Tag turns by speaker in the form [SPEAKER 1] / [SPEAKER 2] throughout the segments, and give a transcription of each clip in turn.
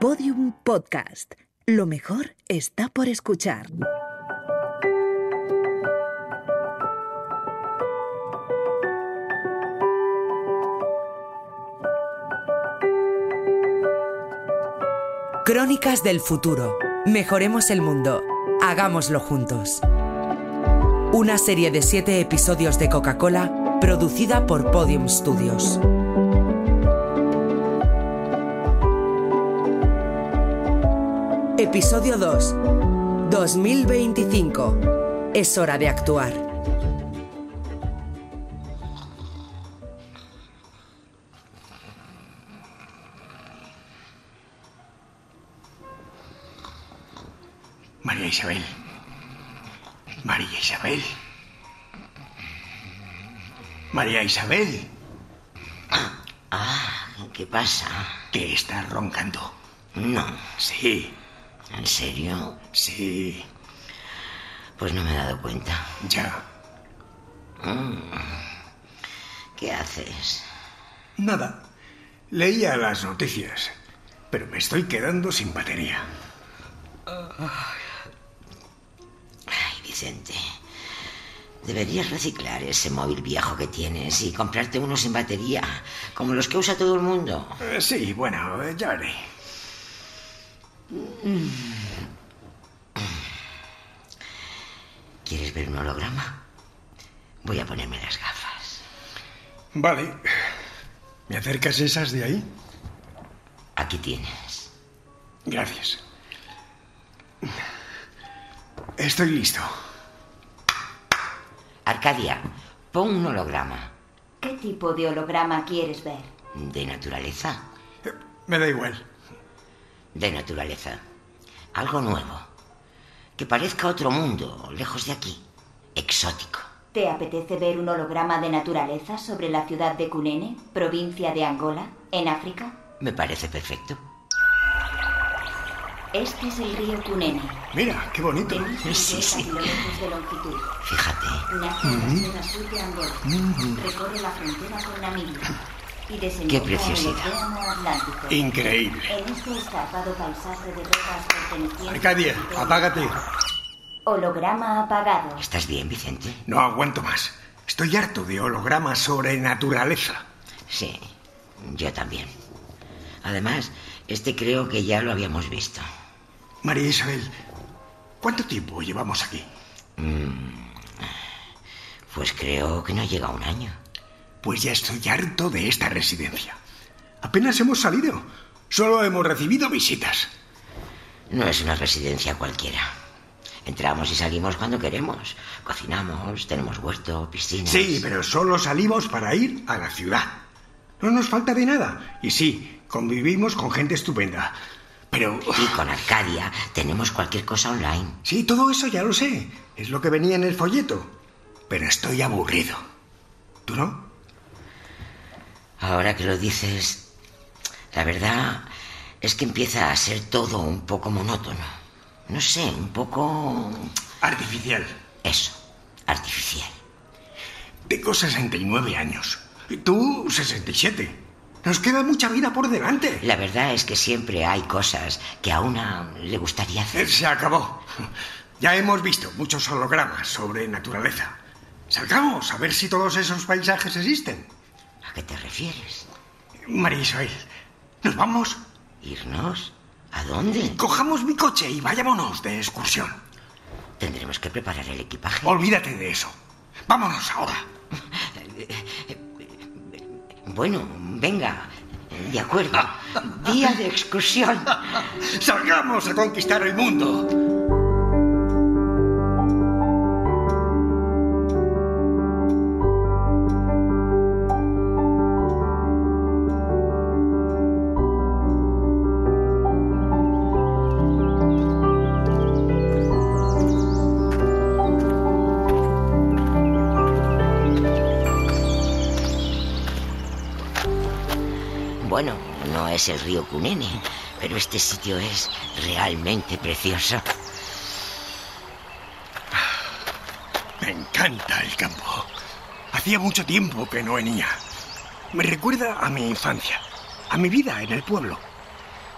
[SPEAKER 1] Podium Podcast. Lo mejor está por escuchar.
[SPEAKER 2] Crónicas del futuro. Mejoremos el mundo. Hagámoslo juntos. Una serie de siete episodios de Coca-Cola producida por Podium Studios. Episodio 2. 2025. Es hora de actuar.
[SPEAKER 3] María Isabel. María Isabel. María Isabel,
[SPEAKER 4] Ah, ¿qué pasa?
[SPEAKER 3] que estás roncando.
[SPEAKER 4] No,
[SPEAKER 3] Sí,
[SPEAKER 4] ¿en serio?
[SPEAKER 3] sí,
[SPEAKER 4] Pues no me he dado cuenta.
[SPEAKER 3] ya.
[SPEAKER 4] ¿Qué haces?
[SPEAKER 3] Nada. Leía las noticias, pero me estoy quedando sin batería.
[SPEAKER 4] Ay, Vicente. Deberías reciclar ese móvil viejo que tienes y comprarte uno sin batería, como los que usa todo el mundo.
[SPEAKER 3] Eh, sí, bueno, eh, ya veré.
[SPEAKER 4] ¿Quieres ver un holograma? Voy a ponerme las gafas.
[SPEAKER 3] Vale. ¿Me acercas esas de ahí?
[SPEAKER 4] Aquí tienes.
[SPEAKER 3] Gracias. Estoy listo.
[SPEAKER 4] Arcadia, pon un holograma.
[SPEAKER 5] ¿Qué tipo de holograma quieres ver?
[SPEAKER 4] De naturaleza.
[SPEAKER 3] Eh, Me da igual.
[SPEAKER 4] De naturaleza. Algo nuevo. Que parezca otro mundo, lejos de aquí. Exótico.
[SPEAKER 5] ¿Te apetece ver un holograma de naturaleza sobre la ciudad de Cunene, provincia de Angola, en África?
[SPEAKER 4] Me parece perfecto.
[SPEAKER 5] Este es el río Cunene,
[SPEAKER 3] Mira, qué bonito.
[SPEAKER 5] de 1.050
[SPEAKER 4] Sí, sí.
[SPEAKER 5] kilómetros de longitud.
[SPEAKER 4] Fíjate.
[SPEAKER 5] Nace en la sierra sur de Angola, recorre la frontera con Namibia y desemboca en el
[SPEAKER 4] preciosidad.
[SPEAKER 5] océano Atlántico.
[SPEAKER 3] Increíble.
[SPEAKER 5] En este escarpado paisaje de rocas pertenecientes...
[SPEAKER 3] Arcadia,
[SPEAKER 5] al territorio-
[SPEAKER 3] apágate.
[SPEAKER 5] Holograma apagado.
[SPEAKER 4] ¿Estás bien, Vicente?
[SPEAKER 3] No aguanto más. Estoy harto de hologramas sobre naturaleza.
[SPEAKER 4] Sí. Yo también. Además, este creo que ya lo habíamos visto.
[SPEAKER 3] María Isabel, ¿cuánto tiempo llevamos aquí?
[SPEAKER 4] Pues creo que no llega a un año.
[SPEAKER 3] Pues ya estoy harto de esta residencia. Apenas hemos salido. Solo hemos recibido visitas.
[SPEAKER 4] No es una residencia cualquiera. Entramos y salimos cuando queremos. Cocinamos, tenemos huerto, piscinas.
[SPEAKER 3] Sí, pero solo salimos para ir a la ciudad. No nos falta de nada. Y sí, convivimos con gente estupenda. Pero...
[SPEAKER 4] Y con Arcadia tenemos cualquier cosa online.
[SPEAKER 3] Sí, todo eso ya lo sé. Es lo que venía en el folleto. Pero estoy aburrido. ¿Tú no?
[SPEAKER 4] Ahora que lo dices, la verdad es que empieza a ser todo un poco monótono. No sé, un poco...
[SPEAKER 3] Artificial.
[SPEAKER 4] Eso, artificial.
[SPEAKER 3] Tengo 69 años. Y tú, 67. Nos queda mucha vida por delante.
[SPEAKER 4] La verdad es que siempre hay cosas que a una le gustaría
[SPEAKER 3] Eh,
[SPEAKER 4] hacer.
[SPEAKER 3] Se acabó. Ya hemos visto muchos hologramas sobre naturaleza. Salgamos a ver si todos esos paisajes existen.
[SPEAKER 4] ¿A qué te refieres?
[SPEAKER 3] María Isabel, nos vamos.
[SPEAKER 4] ¿Irnos? ¿A dónde?
[SPEAKER 3] Cojamos mi coche y vayámonos de excursión.
[SPEAKER 4] Tendremos que preparar el equipaje.
[SPEAKER 3] Olvídate de eso. Vámonos ahora.
[SPEAKER 4] Bueno, venga, de acuerdo. Día de excursión.
[SPEAKER 3] Salgamos a conquistar el mundo.
[SPEAKER 4] Bueno, no es el río Cunene, pero este sitio es realmente precioso.
[SPEAKER 3] Me encanta el campo. Hacía mucho tiempo que no venía. Me recuerda a mi infancia, a mi vida en el pueblo.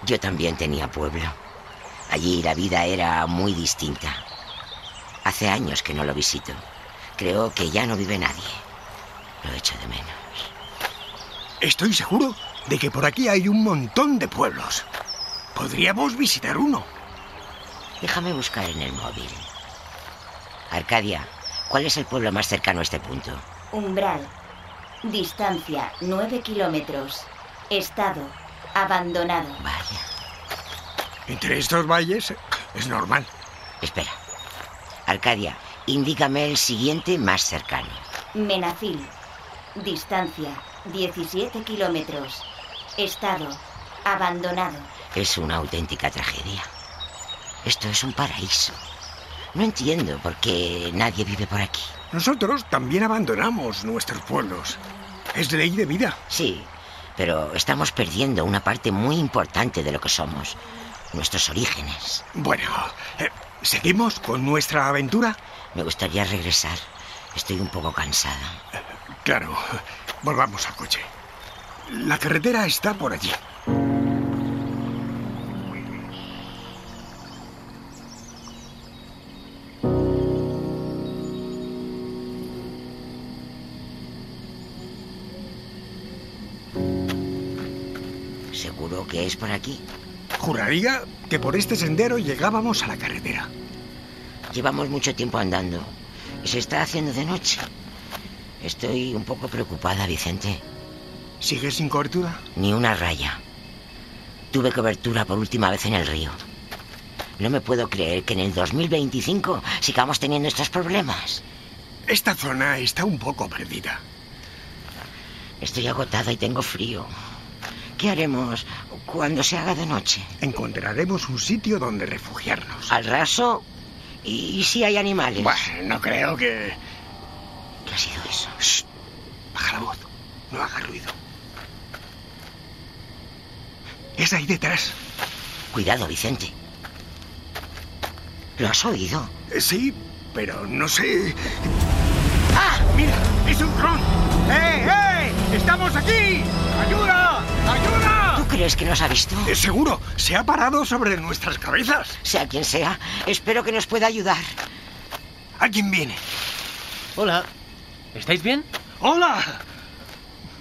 [SPEAKER 4] Yo también tenía pueblo. Allí la vida era muy distinta. Hace años que no lo visito. Creo que ya no vive nadie. Lo echo de menos.
[SPEAKER 3] Estoy seguro de que por aquí hay un montón de pueblos. Podríamos visitar uno.
[SPEAKER 4] Déjame buscar en el móvil. Arcadia, ¿cuál es el pueblo más cercano a este punto?
[SPEAKER 5] Umbral. Distancia 9 kilómetros. Estado. Abandonado.
[SPEAKER 4] Vaya.
[SPEAKER 3] Entre estos valles es normal.
[SPEAKER 4] Espera. Arcadia, indícame el siguiente más cercano.
[SPEAKER 5] Menafil. Distancia 17 kilómetros. Estado. Abandonado.
[SPEAKER 4] Es una auténtica tragedia. Esto es un paraíso. No entiendo por qué nadie vive por aquí.
[SPEAKER 3] Nosotros también abandonamos nuestros pueblos. Es ley de vida.
[SPEAKER 4] Sí, pero estamos perdiendo una parte muy importante de lo que somos, nuestros orígenes.
[SPEAKER 3] Bueno, eh, ¿seguimos con nuestra aventura?
[SPEAKER 4] Me gustaría regresar. Estoy un poco cansada.
[SPEAKER 3] Claro, volvamos al coche. La carretera está por allí.
[SPEAKER 4] Seguro que es por aquí.
[SPEAKER 3] Juraría que por este sendero llegábamos a la carretera.
[SPEAKER 4] Llevamos mucho tiempo andando y se está haciendo de noche. Estoy un poco preocupada, Vicente.
[SPEAKER 3] ¿Sigues sin cobertura?
[SPEAKER 4] Ni una raya. Tuve cobertura por última vez en el río. No me puedo creer que en el 2025 sigamos teniendo estos problemas.
[SPEAKER 3] Esta zona está un poco perdida.
[SPEAKER 4] Estoy agotada y tengo frío. ¿Qué haremos cuando se haga de noche?
[SPEAKER 3] Encontraremos un sitio donde refugiarnos.
[SPEAKER 4] ¿Al raso? ¿Y, y si hay animales?
[SPEAKER 3] Bueno, no creo que...
[SPEAKER 4] ¿Qué ha sido eso?
[SPEAKER 3] Shh. Baja la voz. No haga ruido. Es ahí detrás.
[SPEAKER 4] Cuidado, Vicente. ¿Lo has oído?
[SPEAKER 3] Eh, Sí, pero no sé... ¡Ah! ¡Mira! ¡Es un dron! ¡Eh, eh! ¡Estamos aquí! ¡Ayuda! ¡Ayuda!
[SPEAKER 4] ¿Tú crees que nos ha visto?
[SPEAKER 3] Eh, seguro, se ha parado sobre nuestras cabezas.
[SPEAKER 4] Sea quien sea, espero que nos pueda ayudar.
[SPEAKER 3] ¿Alguien viene?
[SPEAKER 6] Hola. ¿Estáis bien?
[SPEAKER 3] ¡Hola!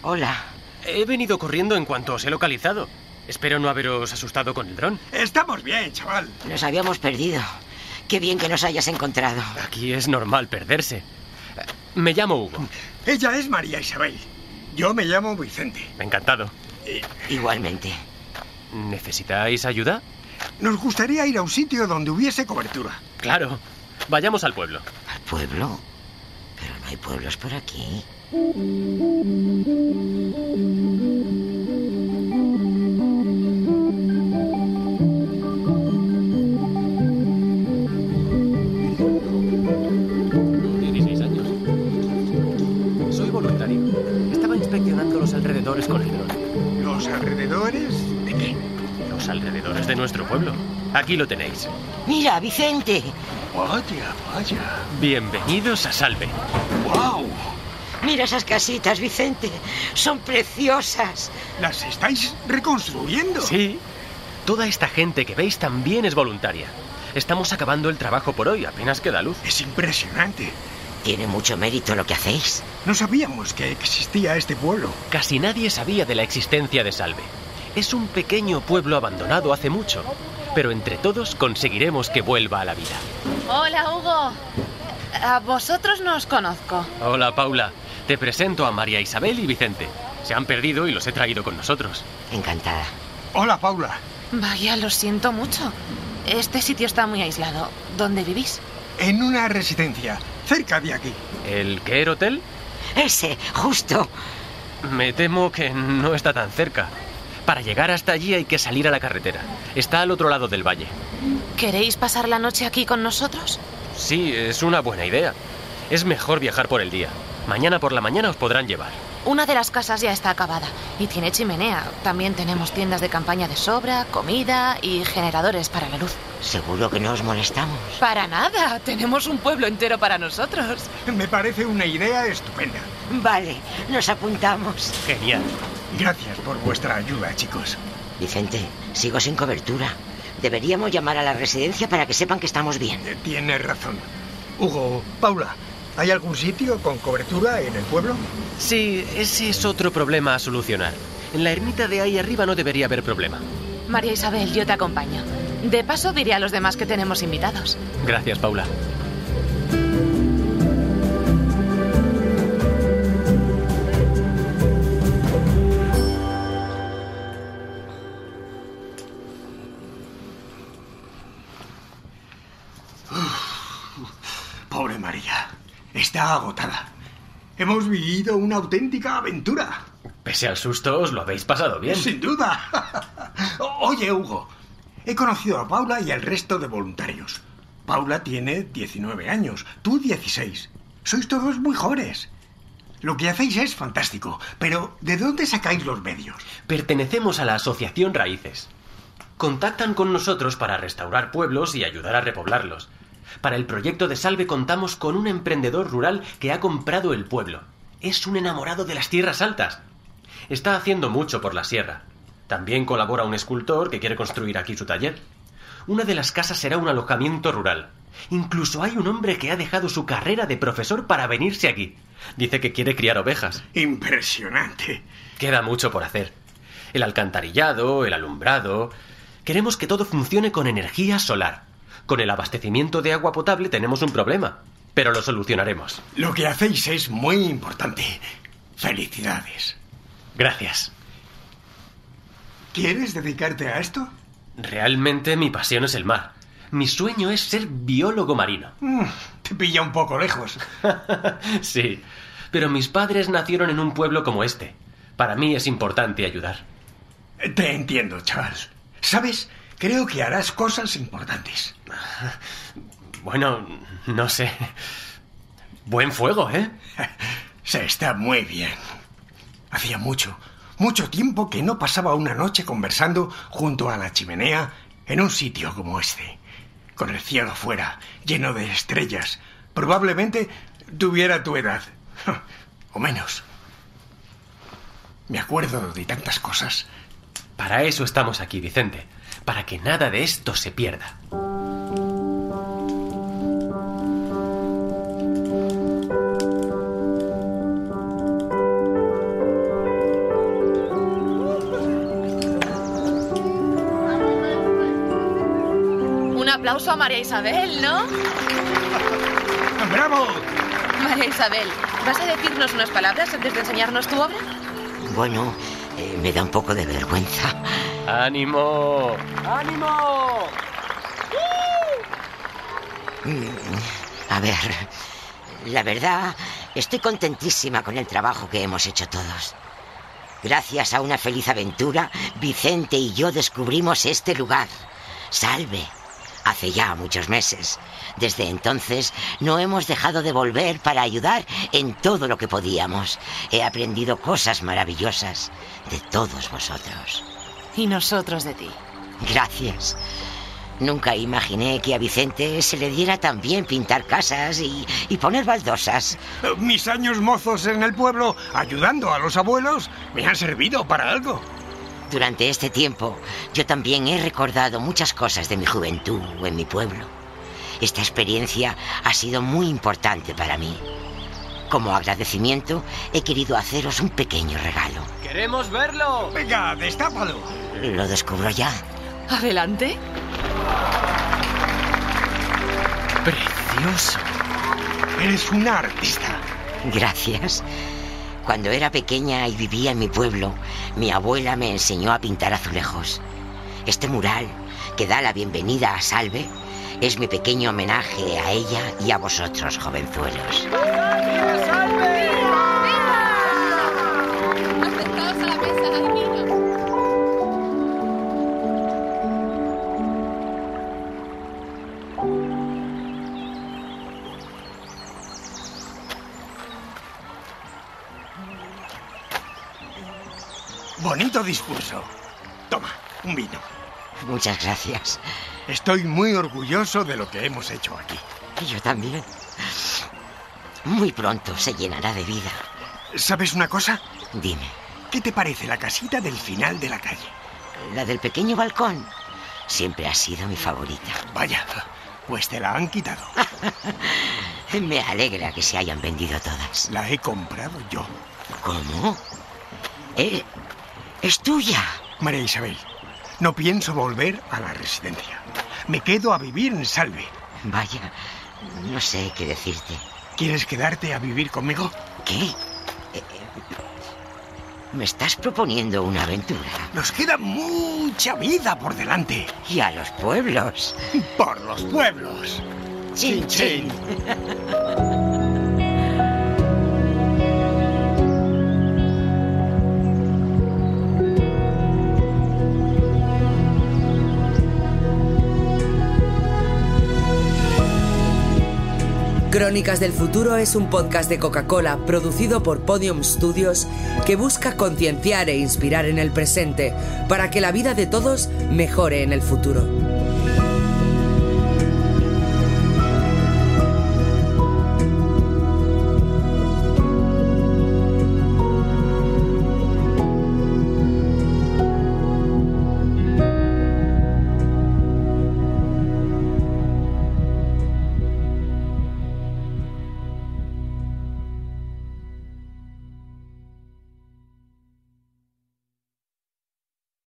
[SPEAKER 4] Hola.
[SPEAKER 6] He venido corriendo en cuanto os he localizado. Espero no haberos asustado con el dron.
[SPEAKER 3] Estamos bien, chaval.
[SPEAKER 4] Nos habíamos perdido. Qué bien que nos hayas encontrado.
[SPEAKER 6] Aquí es normal perderse. Eh, Me llamo Hugo.
[SPEAKER 3] Ella es María Isabel. Yo me llamo Vicente.
[SPEAKER 6] Encantado.
[SPEAKER 4] Igualmente.
[SPEAKER 6] ¿Necesitáis ayuda?
[SPEAKER 3] Nos gustaría ir a un sitio donde hubiese cobertura.
[SPEAKER 6] Claro. Vayamos al pueblo.
[SPEAKER 4] ¿Al pueblo? Pero no hay pueblos por aquí.
[SPEAKER 6] Tengo 16 años. Soy voluntario. Estaba inspeccionando los alrededores con el dron.
[SPEAKER 3] ¿Los alrededores de qué?
[SPEAKER 6] Los alrededores de nuestro pueblo. Aquí lo tenéis.
[SPEAKER 4] Mira, Vicente.
[SPEAKER 3] Vaya, vaya.
[SPEAKER 6] Bienvenidos a Salve.
[SPEAKER 3] ¡Wow!
[SPEAKER 4] Mira esas casitas, Vicente. Son preciosas.
[SPEAKER 3] ¿Las estáis reconstruyendo?
[SPEAKER 6] Sí. Toda esta gente que veis también es voluntaria. Estamos acabando el trabajo por hoy, apenas queda luz.
[SPEAKER 3] Es impresionante.
[SPEAKER 4] Tiene mucho mérito lo que hacéis.
[SPEAKER 3] No sabíamos que existía este pueblo.
[SPEAKER 6] Casi nadie sabía de la existencia de Salve. Es un pequeño pueblo abandonado hace mucho, pero entre todos conseguiremos que vuelva a la vida.
[SPEAKER 7] Hola, Hugo. A vosotros no os conozco.
[SPEAKER 6] Hola Paula, te presento a María Isabel y Vicente. Se han perdido y los he traído con nosotros.
[SPEAKER 4] Encantada.
[SPEAKER 3] Hola, Paula.
[SPEAKER 7] Vaya, lo siento mucho. Este sitio está muy aislado. ¿Dónde vivís?
[SPEAKER 3] En una residencia, cerca de aquí.
[SPEAKER 6] ¿El Quer Hotel?
[SPEAKER 4] Ese, justo.
[SPEAKER 6] Me temo que no está tan cerca. Para llegar hasta allí hay que salir a la carretera. Está al otro lado del valle.
[SPEAKER 7] ¿Queréis pasar la noche aquí con nosotros?
[SPEAKER 6] Sí, es una buena idea. Es mejor viajar por el día. Mañana por la mañana os podrán llevar.
[SPEAKER 7] Una de las casas ya está acabada y tiene chimenea. También tenemos tiendas de campaña de sobra, comida y generadores para la luz.
[SPEAKER 4] Seguro que no os molestamos.
[SPEAKER 7] Para nada, tenemos un pueblo entero para nosotros.
[SPEAKER 3] Me parece una idea estupenda.
[SPEAKER 4] Vale, nos apuntamos.
[SPEAKER 6] Genial.
[SPEAKER 3] Gracias por vuestra ayuda, chicos.
[SPEAKER 4] Vicente, sigo sin cobertura. Deberíamos llamar a la residencia para que sepan que estamos bien.
[SPEAKER 3] Eh, Tienes razón. Hugo, Paula, ¿hay algún sitio con cobertura en el pueblo?
[SPEAKER 6] Sí, ese es otro problema a solucionar. En la ermita de ahí arriba no debería haber problema.
[SPEAKER 7] María Isabel, yo te acompaño. De paso diré a los demás que tenemos invitados.
[SPEAKER 6] Gracias, Paula.
[SPEAKER 3] Pobre María, está agotada. Hemos vivido una auténtica aventura.
[SPEAKER 6] Pese al susto, os lo habéis pasado bien.
[SPEAKER 3] Sin duda. O- Oye, Hugo, he conocido a Paula y al resto de voluntarios. Paula tiene 19 años, tú 16. Sois todos muy jóvenes. Lo que hacéis es fantástico, pero ¿de dónde sacáis los medios?
[SPEAKER 6] Pertenecemos a la Asociación Raíces. Contactan con nosotros para restaurar pueblos y ayudar a repoblarlos. Para el proyecto de Salve contamos con un emprendedor rural que ha comprado el pueblo. Es un enamorado de las tierras altas. Está haciendo mucho por la sierra. También colabora un escultor que quiere construir aquí su taller. Una de las casas será un alojamiento rural. Incluso hay un hombre que ha dejado su carrera de profesor para venirse aquí. Dice que quiere criar ovejas.
[SPEAKER 3] Impresionante.
[SPEAKER 6] Queda mucho por hacer. El alcantarillado, el alumbrado. Queremos que todo funcione con energía solar. Con el abastecimiento de agua potable tenemos un problema, pero lo solucionaremos.
[SPEAKER 3] Lo que hacéis es muy importante. Felicidades.
[SPEAKER 6] Gracias.
[SPEAKER 3] ¿Quieres dedicarte a esto?
[SPEAKER 6] Realmente mi pasión es el mar. Mi sueño es ser biólogo marino.
[SPEAKER 3] Mm, te pilla un poco lejos.
[SPEAKER 6] sí, pero mis padres nacieron en un pueblo como este. Para mí es importante ayudar.
[SPEAKER 3] Te entiendo, chaval. ¿Sabes? Creo que harás cosas importantes.
[SPEAKER 6] Bueno, no sé. Buen fuego, ¿eh?
[SPEAKER 3] Se está muy bien. Hacía mucho, mucho tiempo que no pasaba una noche conversando junto a la chimenea en un sitio como este. Con el cielo fuera, lleno de estrellas. Probablemente tuviera tu edad. O menos. Me acuerdo de tantas cosas.
[SPEAKER 6] Para eso estamos aquí, Vicente, para que nada de esto se pierda.
[SPEAKER 7] Un aplauso a María Isabel, ¿no?
[SPEAKER 3] ¡Bravo!
[SPEAKER 7] María Isabel, ¿vas a decirnos unas palabras antes de enseñarnos tu obra?
[SPEAKER 4] Bueno, eh, me da un poco de vergüenza.
[SPEAKER 6] ¡Ánimo! ¡Ánimo!
[SPEAKER 4] Mm, A ver, la verdad, estoy contentísima con el trabajo que hemos hecho todos. Gracias a una feliz aventura, Vicente y yo descubrimos este lugar. Salve. Hace ya muchos meses. Desde entonces no hemos dejado de volver para ayudar en todo lo que podíamos. He aprendido cosas maravillosas de todos vosotros.
[SPEAKER 7] Y nosotros de ti.
[SPEAKER 4] Gracias. Nunca imaginé que a Vicente se le diera tan bien pintar casas y, y poner baldosas.
[SPEAKER 3] Mis años mozos en el pueblo, ayudando a los abuelos, me han servido para algo.
[SPEAKER 4] Durante este tiempo, yo también he recordado muchas cosas de mi juventud o en mi pueblo. Esta experiencia ha sido muy importante para mí. Como agradecimiento, he querido haceros un pequeño regalo.
[SPEAKER 6] ¡Queremos verlo!
[SPEAKER 3] Venga, destápalo.
[SPEAKER 4] Lo descubro ya.
[SPEAKER 7] Adelante.
[SPEAKER 6] ¡Precioso!
[SPEAKER 3] Eres una artista.
[SPEAKER 4] Gracias. Cuando era pequeña y vivía en mi pueblo, mi abuela me enseñó a pintar azulejos. Este mural, que da la bienvenida a Salve, es mi pequeño homenaje a ella y a vosotros, jovenzuelos.
[SPEAKER 7] Acercaos a la mesa, niños.
[SPEAKER 3] Bonito discurso. Toma, un vino.
[SPEAKER 4] Muchas gracias.
[SPEAKER 3] Estoy muy orgulloso de lo que hemos hecho aquí.
[SPEAKER 4] Y yo también. Muy pronto se llenará de vida.
[SPEAKER 3] ¿Sabes una cosa?
[SPEAKER 4] Dime,
[SPEAKER 3] ¿Qué te parece la casita del final de la calle?
[SPEAKER 4] La del pequeño balcón. Siempre ha sido mi favorita.
[SPEAKER 3] Vaya, pues te la han quitado.
[SPEAKER 4] Me alegra que se hayan vendido todas.
[SPEAKER 3] La he comprado yo.
[SPEAKER 4] ¿Cómo? Eh, es tuya.
[SPEAKER 3] María Isabel, no pienso volver a la residencia. Me quedo a vivir en Salve.
[SPEAKER 4] Vaya, no sé qué decirte.
[SPEAKER 3] ¿Quieres quedarte a vivir conmigo?
[SPEAKER 4] ¿Qué? Eh, Me estás proponiendo una aventura.
[SPEAKER 3] Nos queda mucha vida por delante.
[SPEAKER 4] Y a los pueblos.
[SPEAKER 3] Por los pueblos.
[SPEAKER 4] Chin, chin.
[SPEAKER 2] Crónicas del Futuro es un podcast de Coca-Cola producido por Podium Studios que busca concienciar e inspirar en el presente para que la vida de todos mejore en el futuro.